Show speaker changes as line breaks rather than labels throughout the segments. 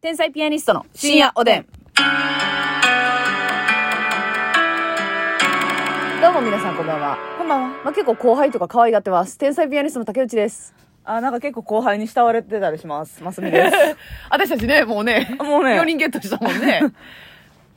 天才ピアニストの深夜おでん。どうも皆さんこんばんは。
こんばんは。
まあ、結構後輩とか可愛がってます。天才ピアニストの竹内です。
あ、なんか結構後輩に慕われてたりします。ますみです。
私たちね、もうね、
もうね
4人ゲットしたもんね。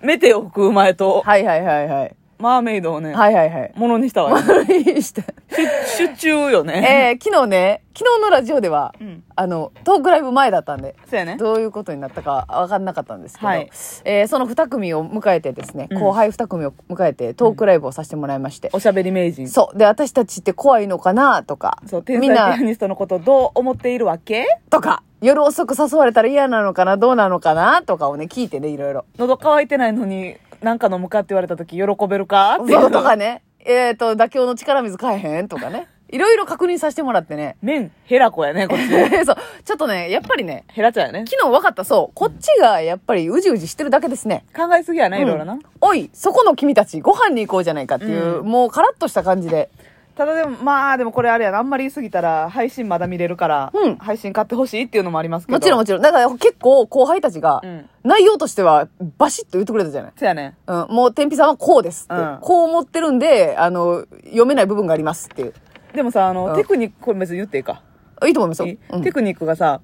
メテを食う前と、
はいはいはいはい。
マーメイドをね、
はいはいはい。
ものにしたわよ。
して。
出中よね。
えー、昨日ね、昨日のラジオでは、
ん
あの、トークライブ前だったんで、
そうやね。
どういうことになったか分かんなかったんですけど、
はい
えーその2組を迎えてですね、後輩2組を迎えてトークライブをさせてもらいまして、
おしゃべり名人。そ
そう。で、私たちって怖いのかなとか、
う、天
み
才ピ
んな
ア、ニストのことどう思っているわけ
とか、夜遅く誘われたら嫌なのかな、どうなのかなとかをね、聞いてね、いろいろ。
喉乾いてないのに、なんか飲むかって言われた時喜べるかってい
そう
う
と。かね、えっ、と、妥協の力水買えへんとかね、いろいろ確認させてもらってね。
麺、ヘラコやね、こっち。
そう。ちょっとね、やっぱりね、
ヘラちゃんやね。
昨日分かった、そう。こっちがやっぱりうじうじしてるだけですね。
考えすぎやね、いろいろな。
おい、そこの君たち、ご飯に行こうじゃないかっていう、もうカラッとした感じで。
ただでも、まあ、でもこれあれやな、あんまり言いすぎたら、配信まだ見れるから、
うん
配信買ってほしいっていうのもありますけど。
もちろんもちろん。だから結構後輩たちが
うん、
内容としてはバシッと言ってくれたじゃない。
そうやね。
うん、もう天日さんはこうですって、
うん
こう思ってるんで、あの、読めない部分がありますっていう。
でもさ、あの、
うん
テクニック、これ別に言っていいか。
いいと思います
い
よ
い。
うん
テ。クニックがさ、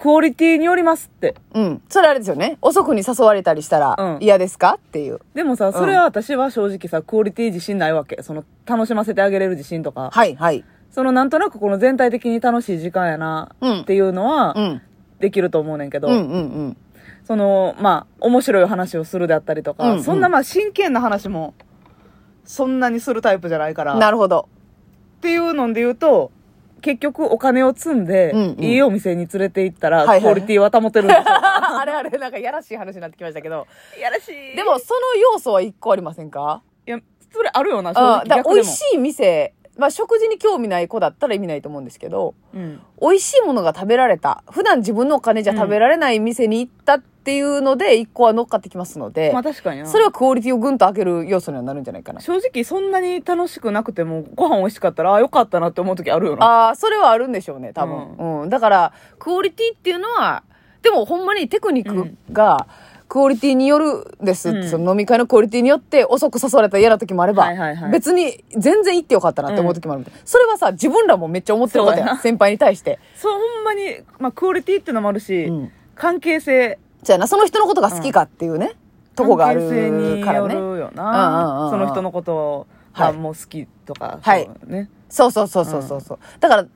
クオリティによりますって。
うん。それあれですよね。遅くに誘われたりしたら
うん
嫌ですかっていう。
でもさ、それは私は正直さ、クオリティ自信ないわけ。その、楽しませてあげれる自信とか。
はい、はい。
その、なんとなくこの全体的に楽しい時間やな、
うん
っていうのは
う、ん。
できると思うねんけど、
うん、うん、うん。
その、まあ、面白い話をするであったりとか、
うんうん
そんなまあ、真剣な話も、そんなにするタイプじゃないから。
なるほど。
っていうので言うと、結局お金を積んで、
うんうん
いいお店に連れて行ったら、
はいはい
クオリティは保てる んですよ。
あれあれ、なんかやらしい話になってきましたけど。
いやらし い
でも、その要素は一個ありませんか
いや、それあるよな、
うん。
正直
だから
逆
美
でも。
味しい店、まあ食事に興味ない子だったら意味ないと思うんですけど、
うん。
美味しいものが食べられた。普段自分のお金じゃ食べられない店に行ったっていうので、一個は乗っかってきますので。
まあ確かにな。
それはクオリティをぐんと上げる要素にはなるんじゃないかな。
正直そんなに楽しくなくても、ご飯美味しかったら、ああ、よかったなって思う時あるよな。
ああ、それはあるんでしょうね、多分。う。
うん
だから、クオリティっていうのは、でもほんまにテクニックが、クオリティによるです、
うん
その飲み会のクオリティによって遅く誘われたら嫌な時もあれば、
はいはいはい
別に全然行ってよかったなって思う時もあるみたいな、それはさ、自分らもめっちゃ思ってること
そうや
やん。
な
先輩に対して。
そう、ほんまに、まあクオリティってのもあるし、
うん
関係性、
じゃあな、その人のことが好きかっていうね、とこがあ
関係性に
るから
よる
ね。
よな、
うんうんうんうん
その人のこと
は
が
い
もう好きとか、
はい
そうね。
そうそうそうそうそうそう、だから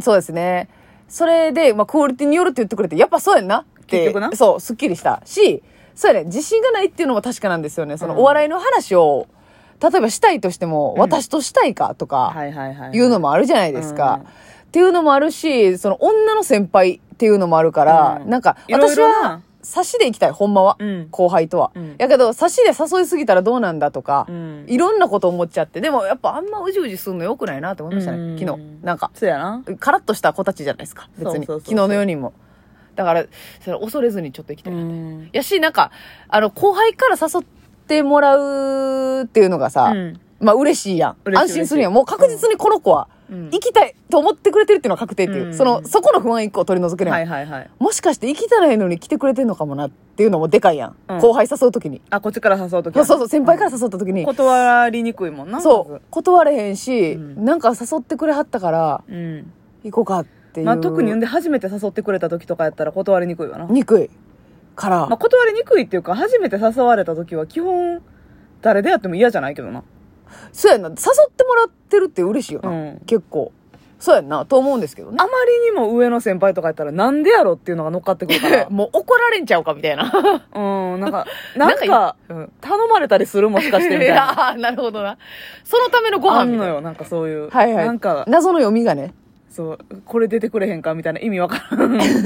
そうですねそれで、まあ、クオリティによるって言ってくれてやっぱそうやんなって
結局な
そうすっきりしたしそうやね自信がないっていうのも確かなんですよねその、
うん
お笑いの話を例えばしたいとしても、私としたいかと
は
か
いはいはい。
いうのもあるじゃないですか、
う
っ
ん
ていうのもあるしその女の先輩っていうのもあるから、
うん
なんか
いろい
私
ろな
は差しで行きたいほんまは、
うん
後輩とは、
うん
やけど差しで誘いすぎたらどうなんだとか、
うん
いろんなこと思っちゃってでもやっぱあんまうじうじするのよくないなと思いました
う
ね
ん
昨日なんか
そうやな。
カラッとした子たちじゃないですか別に
そうそうそうそう
昨日の4人もだからそれ恐れずにちょっと行きたいな、
ん。
やしなんかあの後輩から誘ってもらうっていうのがさ、
うん
まあ嬉しいやん
嬉しい
安心するやんもう確実にこの子は
うん
行きたいと思ってくれてるっていうのは確定っていう、
うん
そのそこの不安一個を取り除けるやん、
はいはいはい。
もしかして行きたないのに来てくれてんのかもなっていうのもでかいやん、
うん
後輩誘う時に、
あ、こっちから誘うとき
そうそう先輩から誘った時に、
断りにくいもんな。
そ
ま
う。断れへんし、
うん
なんか誘ってくれはったから、
ず。うん。
行こうかっていう。
まあ、特にんで初めて誘ってくれた時とかやったら断りにくいわな、ま
にくい。から、
あ、断りにくいっていうか初めて誘われた時は基本誰でやっても嫌じゃないけどな
そうやんな。誘ってもらってるって嬉しいよな。
うん
結構。そうやんな。と思うんですけどね
あ。まりにも上の先輩とかやったらなんでやろっていうのが乗っかってくるか
もう怒られんちゃうか みたいな。
らうんなんかなん
なんか
か頼まれたりするもしかしてみたいな
やー なるほどな。そのためのご
あ
飯
ん
み
の
たいな。
よなんかそういう
はいはい。
なんか
謎の読みがね。
そうこれ出てくれへんかみたいな意味わからん
い
い
やそ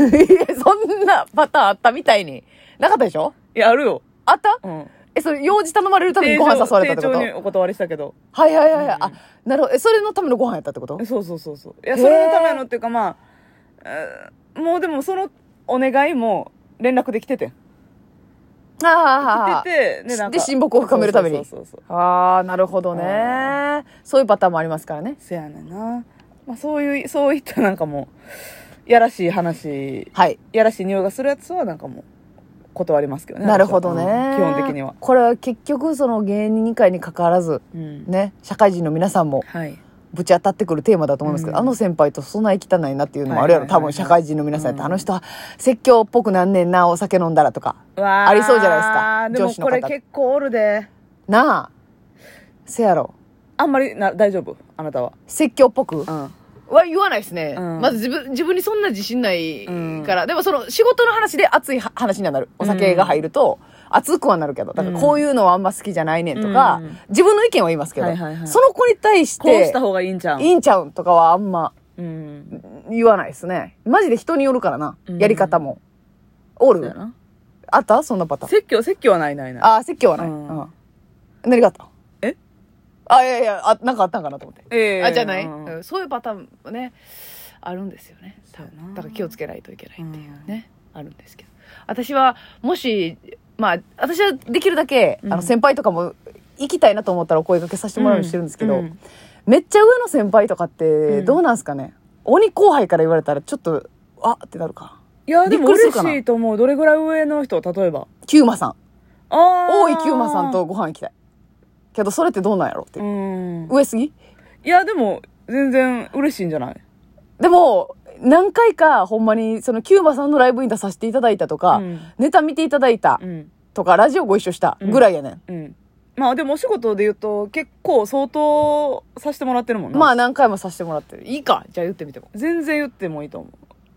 んなパターンあったみたいに。なかったでしょ
やあるよ、
あった
うん、
え、それ、用事頼まれるためにご飯誘われたってこ
丁
と
重にお断りしたけど
はいはいはいはい。
う
あ、なるほど。え、それのためのご飯やったって こと
そうそうそうそういや
へー
それのためのっていうかまあ、えーもうでもそのお願いも連絡できててん
あ
来てて
で親睦を深めるために
そうそうそうそう
ああ、なるほどね。そういうパターンもありますからね。
せやねんな、まあ、そういうそういったなんかもうやらしい話、
はい。
やらしい匂いがするやつはなんかもう断りますけどね。
なるほどね
私は。うん基本的には。
これは結局、その芸人界に関わらず、
うん。
ね、社会人の皆さんも
はい。
ぶち当たってくるテーマだと思うんですけど、
うん
あの先輩とそんな生きたないなっていうのもあるやろ。
はいは
多
いはいは
分
い
社会人の皆さんやって、
うん
あの人は説教っぽくなんねんな、お酒飲んだらとか。
あ
ありそうじゃないですか
でも
上司の
こ
方
れ結構おるで。
なあ。せやろ。
あんまりな、大丈夫あなたは。
説教っぽく
うん。
は言わないですね。
うん
まず自分、自分にそんな自信ないから。でもその仕事の話で熱いは話
話にはなる。お酒が入ると、熱くはなるけど、だからこういうのはあんま好きじゃないねんとか、
うん
自分の意見は言いますけど、
はいはいはい
その子に対し
こうしてた、方がいいんじゃん。
いいんちゃうんとかはあんま
うん。
言わないですね。マジで人によるからな
う、ん
やり方も。お
そうや
る
な
あったそんなパターン。
説教、説教はないないない。
ああ、説教はない。
うん
うん何があった
え
あ、いやいや、あ、なんかあったんかなと思って。
ええ
あ、じゃない、
うん
うんそういうパターンもね、あるんですよね。多
そうや
分
な
だから気をつけないといけないっていうね、あるんですけど。私は、もし、まあ、
私はできるだけ、
うん
あの、先輩とかも、行きたいなと思ったらお声掛けさせてもらうようにしてるんですけど、
ううん
めっちゃ上の先輩とかっ
う
て、
ん
どうなんすかね、鬼後輩から言われたら、ちょっと、あってなるか。
いや、でも
びっくり
嬉
する
し
かない
と思う。どれぐらい上の人、例えば。
キューマさん。
ああ。
大井キューマさんと。ご飯行きたい。けど、それってどうなんやろって
う
いう。
ん。
上すぎ
いや、でも、全然嬉しいんじゃない
でも、何回か、ほんまに、その、キューマさんのライブに出させていただいたとか、
うん
ネタ見ていただいた
うん。
とか、ラジオご一緒したぐらいやねん。
うん。まあでもお仕事で言うと、結構相当させてもらってるもんな。
ま
あ。
あ、何回もさせてもらってる。
いいか。じゃあ言ってみても。
全然言ってもいいと思う。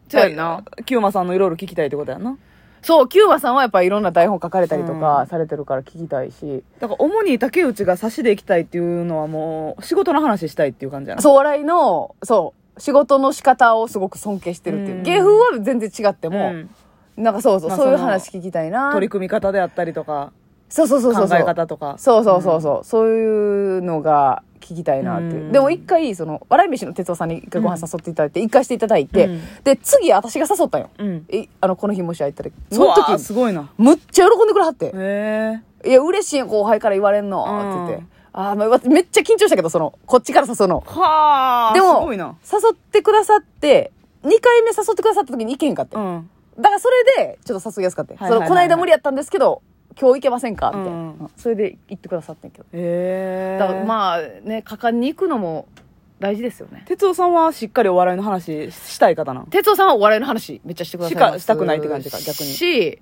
そうやんな。
キューマさんのいろいろ聞きたいってことやな。
そう、キューマさんはやっぱいろんな台本書かれたりと
う
か
ん
されてるから聞きたいし、
だから主に竹内が差しで行きたいっていうのはもう、仕事の話したいっていう感じやな。
そう、お笑いの、そう、仕事の仕方をすごく尊敬してるっていうう。
ん
芸風は全然違って
う
も、
ん
なんかそうそう、
まあ
そういう
その
話聞きたいな。
取り組み方であったりとか、
そうそうそう
考
そう。
え方とか。
そうそうそうそう、そういうのが聞きたいなっていう、
うん
でも一回その笑い飯の哲夫さんに一回ご飯誘っていただいて一回していただいて、
うん
で次私が誘ったんよ
うん。
えあのこの日もし会いたら
そ
そ
の
の
時
時
すごいな。
むっちゃ喜んでくれはって
へ
「
え。
いや嬉しいよ後輩から言われんの」
うん
って言ってあー、まあ、わめっちゃ緊張したけどそのこっちから誘うの
はあ。
でも
すごいな。
誘ってくださって2回目誘ってくださった時に意見かって、
ん。
だからそれでちょっと誘いやすかった、
はいはいはい
そ
はい
のこの間無理やったんですけど今日行けませんかみたいな、
うんう
う
ん
んそれで行ってくださってんけど
へえ。
だからまあね、果敢に行くのも大事ですよね。
哲夫さんはしっかりお笑いの話したい方なん。
哲夫さんはお笑いの話めっちゃしてくださいます
しかしたくないって感じか逆に
し、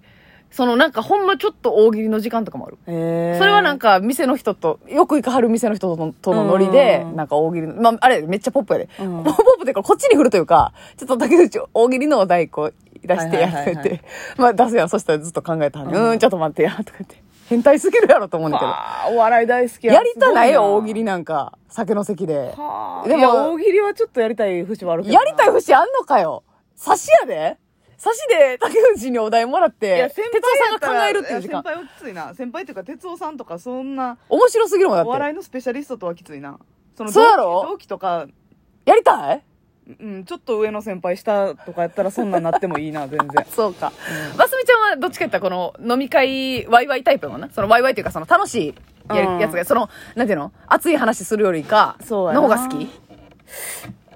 そのなんかほんまちょっと大喜利の時間とかもある。
へえ。
それはなんか店の人とよく行かはる店の人とのとのノリで
うん
なんか大喜利のまああれめっちゃポップやで、
うん
ポップっていうかこっちに振るというかちょっと竹内大喜利のお題こう出してや
はいはい
っ
はい
て
はい
てまあ出すやんそしたらずっと考えたはんね
うん
うんちょっと待ってやとか言って変態すぎるやろと思うんだけど
はあ、お笑い大好き
やりたないよ大喜利
利。
なんか酒の席で
はあ。
で
で
も
も大喜利はちょっとやりたい節はあるけど
や
な。
りたい節あんのかよ差しやで差しで竹内にお題もらっ
いや
て
先
哲
輩
夫さんが考え
や
る
っ
ったてい
ら
う時間
いや先輩はきついな先輩っていうか哲夫さんとかそんな
面白すぎるもんだ
お
っ
笑い
て
のスペシャリストとはきついなその
そうやろ
同期同期とか
やりたい
うんちょっと上の先輩下とかやったらそんなんなってもいいな全然
そうか
ますみちゃんはどっちかって言ったらこの飲み会ワイワイタイプのな。そのワイワイっていうかその楽しいや
うん
やつが、その、なんていうの熱い話するよりか、
そうやな
の方が好き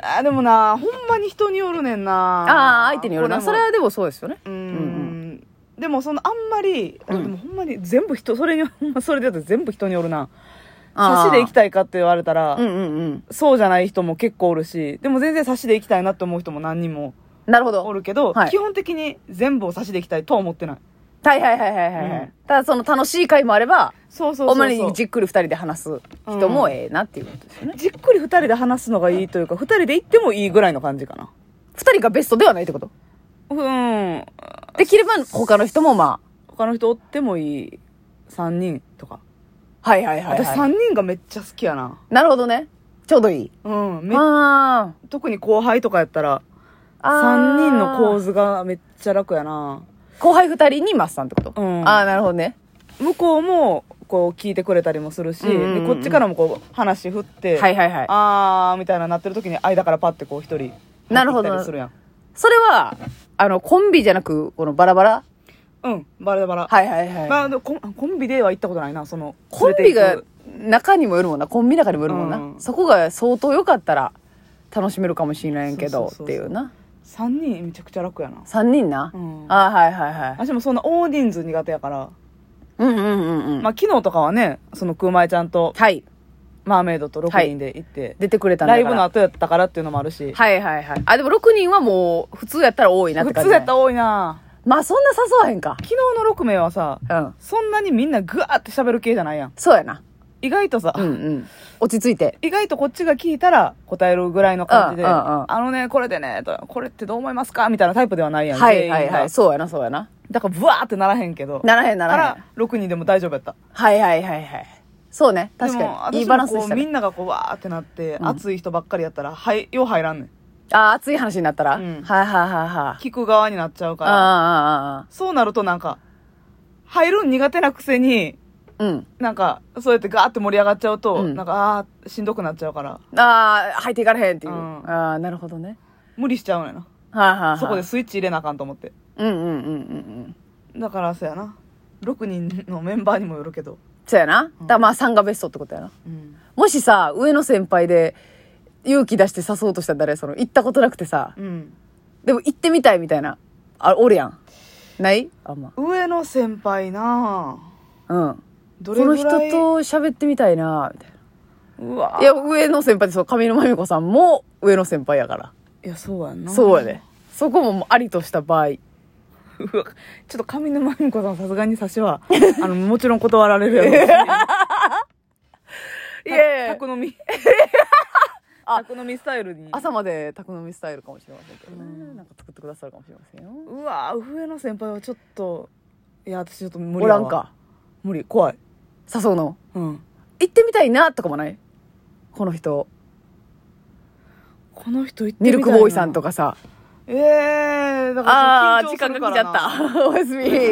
あーでもなほんまに人によるねんな
ああ、相手によるな。
こ
それ
も
はでもそうですよね。
うん、
うん
でもそのあんまり、あでもほんまに全部人それに ほんまそれでやったら全部人によるな
あー
差しで行きたいかって言われたら、
うんうんうん。
そうじゃない人も結構おるしでも全然差しで行きたいなって思う人も何人も
なるほ
お
ど
るけど、
はい
基本的に全部を差しでいきたいとは思ってない。
はいはいはいはいはいはい、
うん
ただその楽しい回もあれば
そうそうそ
お
うそう。
まにじっくり二人で話す人もええなっていうことですよね
じっくり二人で話すのがいいというか、二人で行ってもいいぐらいの感じかな。
二人がベストではないってこと
うん。
できれば他の人もま
他の人おってもいい。三人とか。
あはいはいはい、
私
は
三人がめっちゃ好きやな。
い、なるほどねちょうどいい
うん。め
あ
特に後輩とかやったら、
ーあ
三人の構
図
図がめっちゃ楽やな。
後輩二人にマスさんってこと、
うん
ああなるほどね
向こうも、こう聞いてくれたりもするし、
うんうんうん
でこっちからもこう話振って、
はいはいはい
あーみたいななってる時に間からパッてこう一人、
なるほど
入ってきたりするやん。
それはあのコンビじゃなくこのバラバラ
うん、バラバラ。
はいはいはい、
まあ、でもコンコンビでは行ったことないな、その。
コンビ
連
が
れて
中にもよるもんなコンビ中にもよるもんな、
うん
そこが相当良かったら楽しめるかもしれないけど
そうそうそうそう
っていうな
行く3人めちゃくちゃ楽やな
3人な。
うん
あーはいはいはい。
私もそんな大人数苦手やから、
うんうんうんうん。
まあ昨日とかはねその空前ちゃんと
はい。
マーメイドと6人で行って、
出てくれたんだ
ラ
か
イ
ら。
ブの後やったからっていうのもあるし、
はいはいはい。あ、でも6人はもう、普通やったら多いなって
普
感
通
じ。
やったら多いな
まあそんな誘わへんか。
昨日の6名はさ
うん。
そんなにみんなグワーって喋る系じゃないやん
そうやな。
意外とさ、
うんうん。落ち着いて。
意外とこっちが聞いたら答えるぐらいの感じで、
うんうんうん
あのね、これでね、とこれってどう思いますかみたいなタイプではないやん。
はいはい
全員
は
が
い。そうやなそうやな。
だから、ブワーってならへんけど。
ならへんな
から
へん
ら。、6人でも大丈夫やった。
はいはいはいはい。そうね。確
でも
かに。いい
私
バラン
も
スで
こ
し
う、
た
み
ね。
んながこう、わーってなって、
ん
熱い人ばっかりやったら、はい、よう入らんねん。
ああ、熱い話になったら。
う
はい
ん
はいはいはい。
聞く側になっちゃう
あ
から。
あ、ああ、あ
そうなるとなんか、入るん苦手なくせに、
あ。うん。
なんか、そうやってガーって盛り上がっちゃうと、
うん
なんか、あー、しんどくなっちゃうから、
ああ、入っていかれへんっていう。
うん
ああ、なるほどね。
無理しちゃうのよな。
はいはいはい。
そこで。スイッチ入れなあかんと思って。
うんうんうんうんうん。
だから、そうやな。6人のメンバーにもよるけど。
そうやな。だからまあ3がベストってことやな。
うん。
もしさ、上の先輩で勇気出して誘おうとしたら誰その、行ったことなくてさ、
うん。
でも行ってみたいみたいな、あ、おるやん。ないあんま。
上の先輩なあ
うん。
ど
こ
れぐ
の
らい
人と喋ってみたいなみたいな。
うわ
いや、上の先輩って、そう、上沼恵美子さんも上の先輩やから。
いやそうやんな
そうやで。そこももうありとした場合。
うわちょっと上沼恵美子さんさすがに差し はあのもちろん断られるやろうし
いやいや
宅飲 み宅飲みスタイルに
朝まで宅飲みスタイルかもしれませんけど
う
ね。
ん
なんか作ってくださるかもしれませんよ。
うわ上の先輩はちょっといや私ちょっと無理
お
や
ら
わ
んか。
無理怖い
誘うの。
うん
行ってみたいなとかもないこの人。
この人行ってみ
ミ
たい
ル
な
クボーイさんとかさ。
ええー、だから
ああー、
ちょっと緊
時
張
間
する
が来
か
ち
ら
ゃ
な
った。おやすみ。